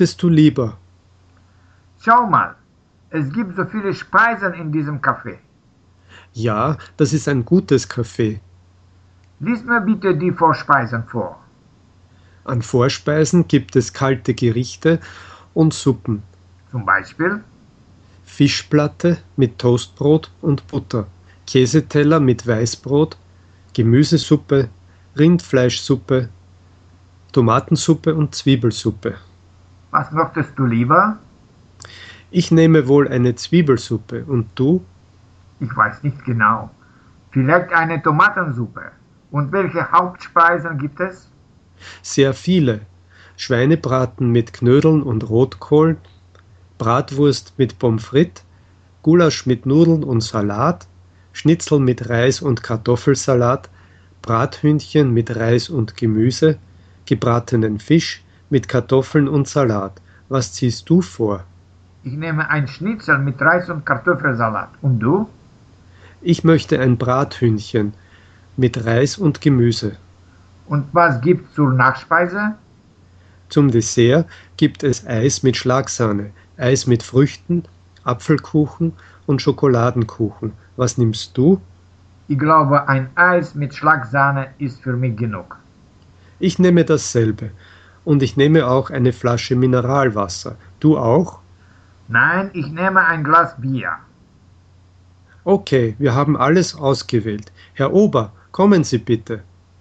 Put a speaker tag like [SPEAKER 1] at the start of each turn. [SPEAKER 1] bist du lieber?
[SPEAKER 2] Schau mal, es gibt so viele Speisen in diesem Café.
[SPEAKER 1] Ja, das ist ein gutes Café.
[SPEAKER 2] Lies mir bitte die Vorspeisen vor.
[SPEAKER 1] An Vorspeisen gibt es kalte Gerichte und Suppen,
[SPEAKER 2] Zum Beispiel
[SPEAKER 1] Fischplatte mit Toastbrot und Butter, Käseteller mit Weißbrot, Gemüsesuppe, Rindfleischsuppe, Tomatensuppe und Zwiebelsuppe.
[SPEAKER 2] Was möchtest du lieber?
[SPEAKER 1] Ich nehme wohl eine Zwiebelsuppe und du?
[SPEAKER 2] Ich weiß nicht genau. Vielleicht eine Tomatensuppe. Und welche Hauptspeisen gibt es?
[SPEAKER 1] Sehr viele. Schweinebraten mit Knödeln und Rotkohl, Bratwurst mit Pommes frites, Gulasch mit Nudeln und Salat, Schnitzel mit Reis und Kartoffelsalat, Brathühnchen mit Reis und Gemüse, gebratenen Fisch mit Kartoffeln und Salat. Was ziehst du vor?
[SPEAKER 2] Ich nehme ein Schnitzel mit Reis und Kartoffelsalat. Und du?
[SPEAKER 1] Ich möchte ein Brathühnchen mit Reis und Gemüse.
[SPEAKER 2] Und was gibt's zur Nachspeise?
[SPEAKER 1] Zum Dessert gibt es Eis mit Schlagsahne, Eis mit Früchten, Apfelkuchen und Schokoladenkuchen. Was nimmst du?
[SPEAKER 2] Ich glaube, ein Eis mit Schlagsahne ist für mich genug.
[SPEAKER 1] Ich nehme dasselbe. Und ich nehme auch eine Flasche Mineralwasser. Du auch?
[SPEAKER 2] Nein, ich nehme ein Glas Bier.
[SPEAKER 1] Okay, wir haben alles ausgewählt. Herr Ober, kommen Sie bitte.